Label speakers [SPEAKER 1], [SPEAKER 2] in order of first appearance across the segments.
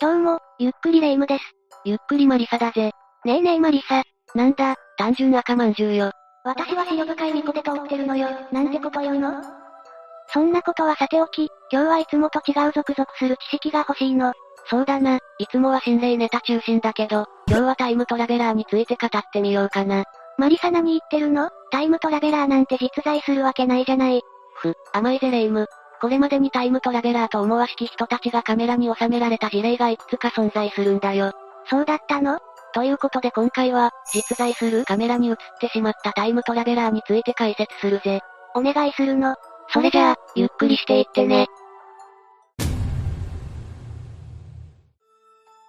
[SPEAKER 1] どうも、ゆっくりレ夢ムです。
[SPEAKER 2] ゆっくりマリサだぜ。
[SPEAKER 1] ねえねえマリサ。
[SPEAKER 2] なんだ、単純赤まんじゅうよ。
[SPEAKER 1] 私は視力深いミコで通ってるのよ。なんてこと言うのそんなことはさておき、今日はいつもと違うゾクゾクする知識が欲しいの。
[SPEAKER 2] そうだな、いつもは心霊ネタ中心だけど、今日はタイムトラベラーについて語ってみようかな。
[SPEAKER 1] マリサ何言ってるのタイムトラベラーなんて実在するわけないじゃない。
[SPEAKER 2] ふ、甘いぜレイム。これまでにタイムトラベラーと思わしき人たちがカメラに収められた事例がいくつか存在するんだよ。
[SPEAKER 1] そうだったの
[SPEAKER 2] ということで今回は、実在するカメラに映ってしまったタイムトラベラーについて解説するぜ。
[SPEAKER 1] お願いするの。
[SPEAKER 2] それじゃあ、ゆっくりしていってね。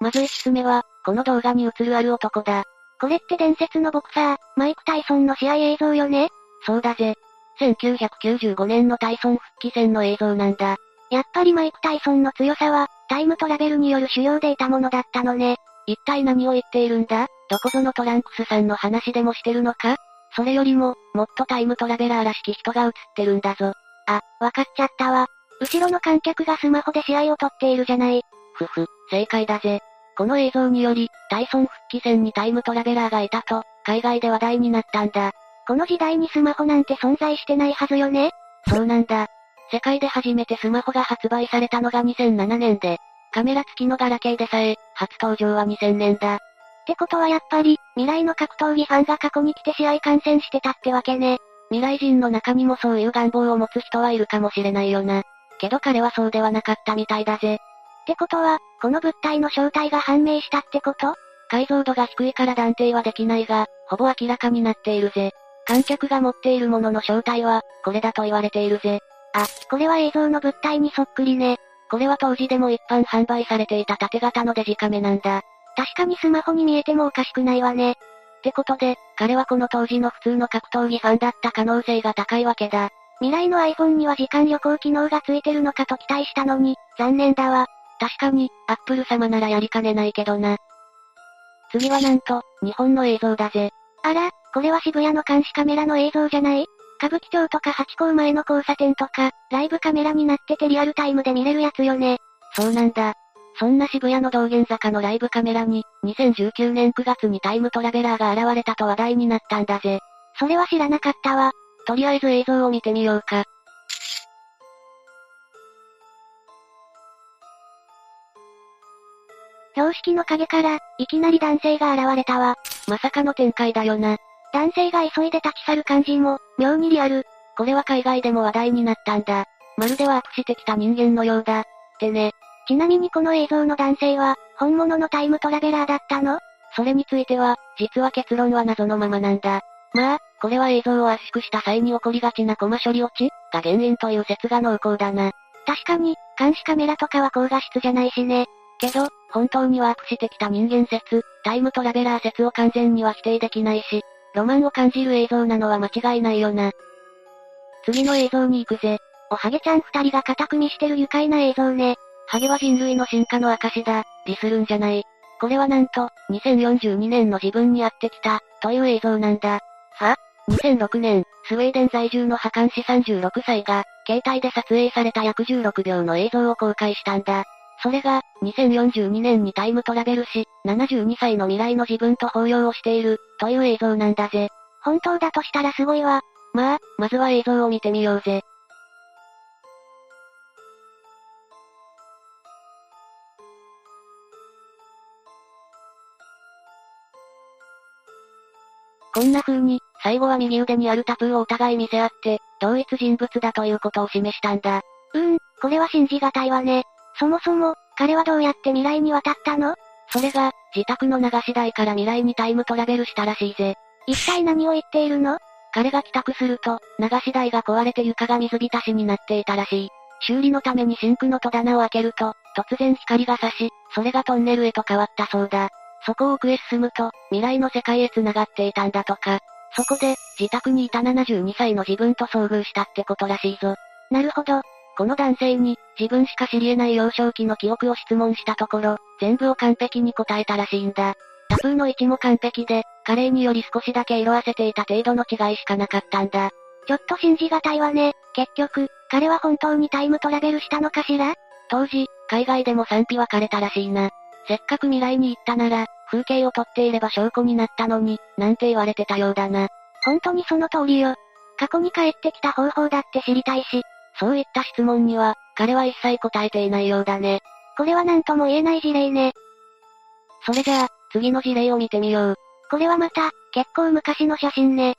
[SPEAKER 2] まず一つ目は、この動画に映るある男だ。
[SPEAKER 1] これって伝説のボクサー、マイク・タイソンの試合映像よね
[SPEAKER 2] そうだぜ。1995年のタイソン復帰戦の映像なんだ。
[SPEAKER 1] やっぱりマイク・タイソンの強さは、タイムトラベルによる修行でいたものだったのね。
[SPEAKER 2] 一体何を言っているんだどこぞのトランクスさんの話でもしてるのかそれよりも、もっとタイムトラベラーらしき人が映ってるんだぞ。
[SPEAKER 1] あ、わかっちゃったわ。後ろの観客がスマホで試合を撮っているじゃない。
[SPEAKER 2] ふふ、正解だぜ。この映像により、タイソン復帰戦にタイムトラベラーがいたと、海外で話題になったんだ。
[SPEAKER 1] この時代にスマホなんて存在してないはずよね。
[SPEAKER 2] そうなんだ。世界で初めてスマホが発売されたのが2007年で、カメラ付きのガラケーでさえ、初登場は2000年だ。
[SPEAKER 1] ってことはやっぱり、未来の格闘技ファンが過去に来て試合観戦してたってわけね。
[SPEAKER 2] 未来人の中にもそういう願望を持つ人はいるかもしれないよな。けど彼はそうではなかったみたいだぜ。
[SPEAKER 1] ってことは、この物体の正体が判明したってこと
[SPEAKER 2] 解像度が低いから断定はできないが、ほぼ明らかになっているぜ。観客が持っているものの正体は、これだと言われているぜ。
[SPEAKER 1] これは映像の物体にそっくりね。
[SPEAKER 2] これは当時でも一般販売されていた縦型のデジカメなんだ。
[SPEAKER 1] 確かにスマホに見えてもおかしくないわね。
[SPEAKER 2] ってことで、彼はこの当時の普通の格闘技ファンだった可能性が高いわけだ。
[SPEAKER 1] 未来の iPhone には時間旅行機能がついてるのかと期待したのに、残念だわ。
[SPEAKER 2] 確かに、アップル様ならやりかねないけどな。次はなんと、日本の映像だぜ。
[SPEAKER 1] あら、これは渋谷の監視カメラの映像じゃない歌舞伎町とか八甲前の交差点とか、ライブカメラになっててリアルタイムで見れるやつよね。
[SPEAKER 2] そうなんだ。そんな渋谷の道玄坂のライブカメラに、2019年9月にタイムトラベラーが現れたと話題になったんだぜ。
[SPEAKER 1] それは知らなかったわ。
[SPEAKER 2] とりあえず映像を見てみようか。
[SPEAKER 1] 標識の陰から、いきなり男性が現れたわ。
[SPEAKER 2] まさかの展開だよな。
[SPEAKER 1] 男性が急いで立ち去る感じも、妙にリアル。
[SPEAKER 2] これは海外でも話題になったんだ。まるでワープしてきた人間のようだ。ってね。
[SPEAKER 1] ちなみにこの映像の男性は、本物のタイムトラベラーだったの
[SPEAKER 2] それについては、実は結論は謎のままなんだ。まあ、これは映像を圧縮した際に起こりがちなコマ処理落ちが原因という説が濃厚だな。
[SPEAKER 1] 確かに、監視カメラとかは高画質じゃないしね。
[SPEAKER 2] けど、本当にワープしてきた人間説、タイムトラベラー説を完全には否定できないし、ロマンを感じる映像なのは間違いないよな。次の映像に行くぜ。
[SPEAKER 1] おはげちゃん二人が固く見してる愉快な映像ね。
[SPEAKER 2] ハゲは人類の進化の証だ、ディスるんじゃない。これはなんと、2042年の自分にやってきた、という映像なんだ。は ?2006 年、スウェーデン在住の破壊士36歳が、携帯で撮影された約16秒の映像を公開したんだ。それが、2042年にタイムトラベルし、72歳の未来の自分と抱擁をしている、という映像なんだぜ。
[SPEAKER 1] 本当だとしたらすごいわ。
[SPEAKER 2] まあ、まずは映像を見てみようぜ。こんな風に、最後は右腕にあるタトゥーをお互い見せ合って、同一人物だということを示したんだ。
[SPEAKER 1] うーん、これは信じがたいわね。そもそも、彼はどうやって未来に渡ったの
[SPEAKER 2] それが、自宅の流し台から未来にタイムトラベルしたらしいぜ。
[SPEAKER 1] 一体何を言っているの
[SPEAKER 2] 彼が帰宅すると、流し台が壊れて床が水浸しになっていたらしい。修理のためにシンクの戸棚を開けると、突然光が差し、それがトンネルへと変わったそうだ。そこを奥へ進むと、未来の世界へ繋がっていたんだとか。そこで、自宅にいた72歳の自分と遭遇したってことらしいぞ。
[SPEAKER 1] なるほど。
[SPEAKER 2] この男性に、自分しか知り得ない幼少期の記憶を質問したところ、全部を完璧に答えたらしいんだ。タトゥーの位置も完璧で、カレーにより少しだけ色あせていた程度の違いしかなかったんだ。
[SPEAKER 1] ちょっと信じがたいわね。結局、彼は本当にタイムトラベルしたのかしら
[SPEAKER 2] 当時、海外でも賛否分かれたらしいな。せっかく未来に行ったなら、風景を撮っていれば証拠になったのに、なんて言われてたようだな。
[SPEAKER 1] 本当にその通りよ。過去に帰ってきた方法だって知りたいし、
[SPEAKER 2] そういった質問には、彼は一切答えていないようだね。
[SPEAKER 1] これは何とも言えない事例ね。
[SPEAKER 2] それじゃあ、次の事例を見てみよう。
[SPEAKER 1] これはまた、結構昔の写真ね。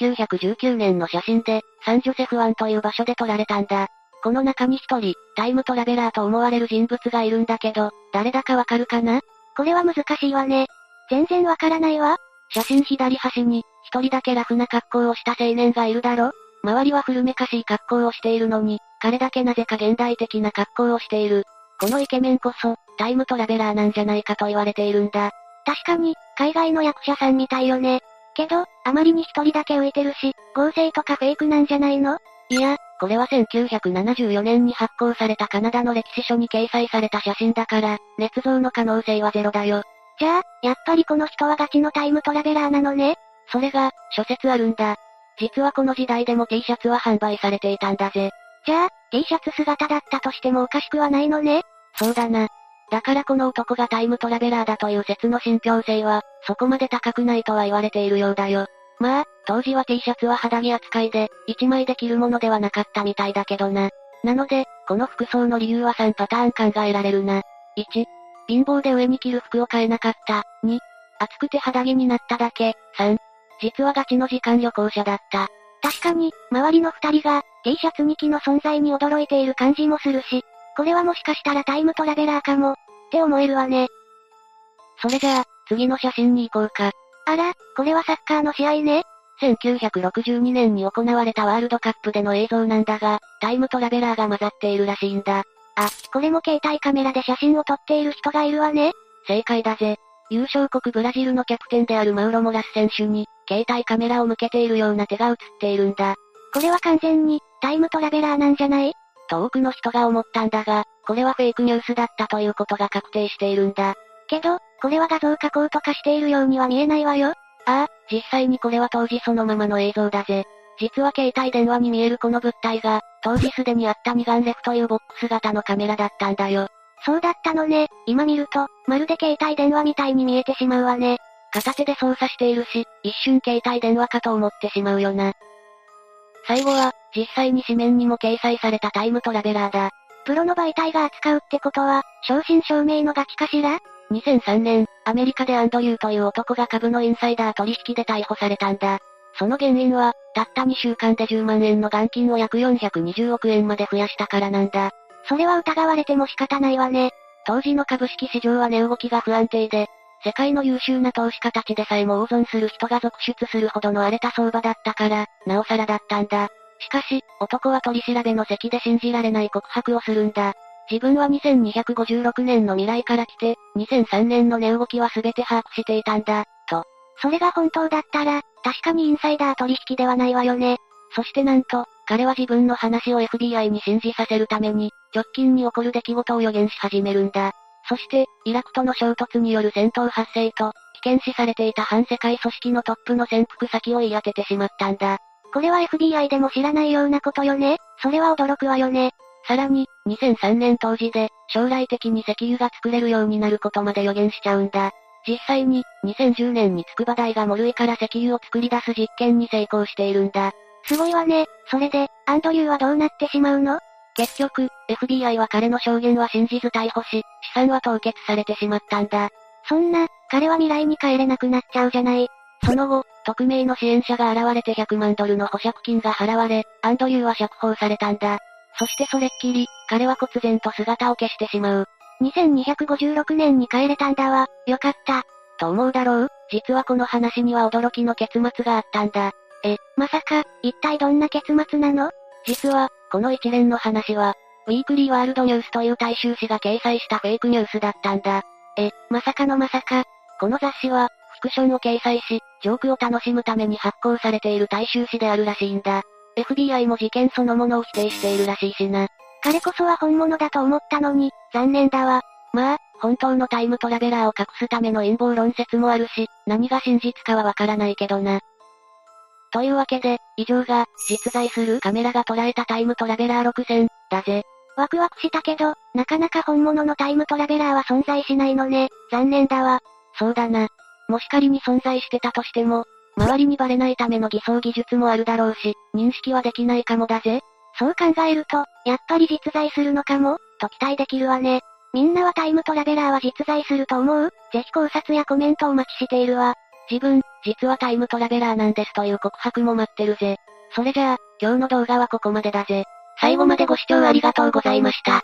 [SPEAKER 2] 1919年の写真で、サンジョセフ湾という場所で撮られたんだ。この中に一人、タイムトラベラーと思われる人物がいるんだけど、誰だかわかるかな
[SPEAKER 1] これは難しいわね。全然わからないわ。
[SPEAKER 2] 写真左端に、一人だけラフな格好をした青年がいるだろ周りは古めかしい格好をしているのに、彼だけなぜか現代的な格好をしている。このイケメンこそ、タイムトラベラーなんじゃないかと言われているんだ。
[SPEAKER 1] 確かに、海外の役者さんみたいよね。けど、あまりに一人だけ浮いてるし、合成とかフェイクなんじゃないの
[SPEAKER 2] いや、これは1974年に発行されたカナダの歴史書に掲載された写真だから、捏造の可能性はゼロだよ。
[SPEAKER 1] じゃあ、やっぱりこの人はガチのタイムトラベラーなのね。
[SPEAKER 2] それが、諸説あるんだ。実はこの時代でも T シャツは販売されていたんだぜ。
[SPEAKER 1] じゃあ、T シャツ姿だったとしてもおかしくはないのね。
[SPEAKER 2] そうだな。だからこの男がタイムトラベラーだという説の信憑性は、そこまで高くないとは言われているようだよ。まあ、当時は T シャツは肌着扱いで、1枚で着るものではなかったみたいだけどな。なので、この服装の理由は3パターン考えられるな。1、貧乏で上に着る服を買えなかった。2、暑くて肌着になっただけ。3、実はガチの時間旅行者だった。
[SPEAKER 1] 確かに、周りの二人が、T シャツ2機の存在に驚いている感じもするし、これはもしかしたらタイムトラベラーかも、って思えるわね。
[SPEAKER 2] それじゃあ、次の写真に行こうか。
[SPEAKER 1] あら、これはサッカーの試合ね。
[SPEAKER 2] 1962年に行われたワールドカップでの映像なんだが、タイムトラベラーが混ざっているらしいんだ。
[SPEAKER 1] あ、これも携帯カメラで写真を撮っている人がいるわね。
[SPEAKER 2] 正解だぜ。優勝国ブラジルのキャプテンであるマウロ・モラス選手に、携帯カメラを向けているような手が映っているんだ。
[SPEAKER 1] これは完全に、タイムトラベラーなんじゃない
[SPEAKER 2] と多くの人が思ったんだが、これはフェイクニュースだったということが確定しているんだ。
[SPEAKER 1] けど、これは画像加工とかしているようには見えないわよ。
[SPEAKER 2] ああ、実際にこれは当時そのままの映像だぜ。実は携帯電話に見えるこの物体が、当時すでにあった二眼レフというボックス型のカメラだったんだよ。
[SPEAKER 1] そうだったのね。今見ると、まるで携帯電話みたいに見えてしまうわね。
[SPEAKER 2] 片手で操作しているし、一瞬携帯電話かと思ってしまうよな。最後は、実際に紙面にも掲載されたタイムトラベラーだ。
[SPEAKER 1] プロの媒体が扱うってことは、正真正銘のガキかしら
[SPEAKER 2] 2003年、アメリカでアンドリューという男が株のインサイダー取引で逮捕されたんだ。その原因は、たった2週間で10万円の元金を約420億円まで増やしたからなんだ。
[SPEAKER 1] それは疑われても仕方ないわね。
[SPEAKER 2] 当時の株式市場は値動きが不安定で、世界の優秀な投資家たちでさえも大損する人が続出するほどの荒れた相場だったから、なおさらだったんだ。しかし、男は取り調べの席で信じられない告白をするんだ。自分は2256年の未来から来て、2003年の値動きは全て把握していたんだ、と。
[SPEAKER 1] それが本当だったら、確かにインサイダー取引ではないわよね。
[SPEAKER 2] そしてなんと、彼は自分の話を FBI に信じさせるために、直近に起こる出来事を予言し始めるんだ。そして、イラクとの衝突による戦闘発生と、危険視されていた反世界組織のトップの潜伏先を言い当ててしまったんだ。
[SPEAKER 1] これは FBI でも知らないようなことよね。それは驚くわよね。
[SPEAKER 2] さらに、2003年当時で、将来的に石油が作れるようになることまで予言しちゃうんだ。実際に、2010年に筑波大がモルイから石油を作り出す実験に成功しているんだ。
[SPEAKER 1] すごいわね。それで、アンドリューはどうなってしまうの
[SPEAKER 2] 結局、FBI は彼の証言は信じず逮捕し、資産は凍結されてしまったんだ。
[SPEAKER 1] そんな、彼は未来に帰れなくなっちゃうじゃない。
[SPEAKER 2] その後、匿名の支援者が現れて100万ドルの保釈金が払われ、アンドリューは釈放されたんだ。そしてそれっきり、彼は忽然と姿を消してしまう。
[SPEAKER 1] 2256年に帰れたんだわ、よかった。
[SPEAKER 2] と思うだろう実はこの話には驚きの結末があったんだ。
[SPEAKER 1] え、まさか、一体どんな結末なの
[SPEAKER 2] 実は、この一連の話は、ウィークリーワールドニュースという大衆紙が掲載したフェイクニュースだったんだ。
[SPEAKER 1] え、まさかのまさか。
[SPEAKER 2] この雑誌は、フィクションを掲載し、ジョークを楽しむために発行されている大衆紙であるらしいんだ。FBI も事件そのものを否定しているらしいしな。
[SPEAKER 1] 彼こそは本物だと思ったのに、残念だわ。
[SPEAKER 2] まあ、本当のタイムトラベラーを隠すための陰謀論説もあるし、何が真実かはわからないけどな。というわけで、以上が、実在するカメラが捉えたタイムトラベラー6000、だぜ。
[SPEAKER 1] ワクワクしたけど、なかなか本物のタイムトラベラーは存在しないのね。残念だわ。
[SPEAKER 2] そうだな。もし仮に存在してたとしても、周りにバレないための偽装技術もあるだろうし、認識はできないかもだぜ。
[SPEAKER 1] そう考えると、やっぱり実在するのかも、と期待できるわね。みんなはタイムトラベラーは実在すると思うぜひ考察やコメントお待ちしているわ。
[SPEAKER 2] 自分、実はタイムトラベラーなんですという告白も待ってるぜ。それじゃあ、今日の動画はここまでだぜ。最後までご視聴ありがとうございました。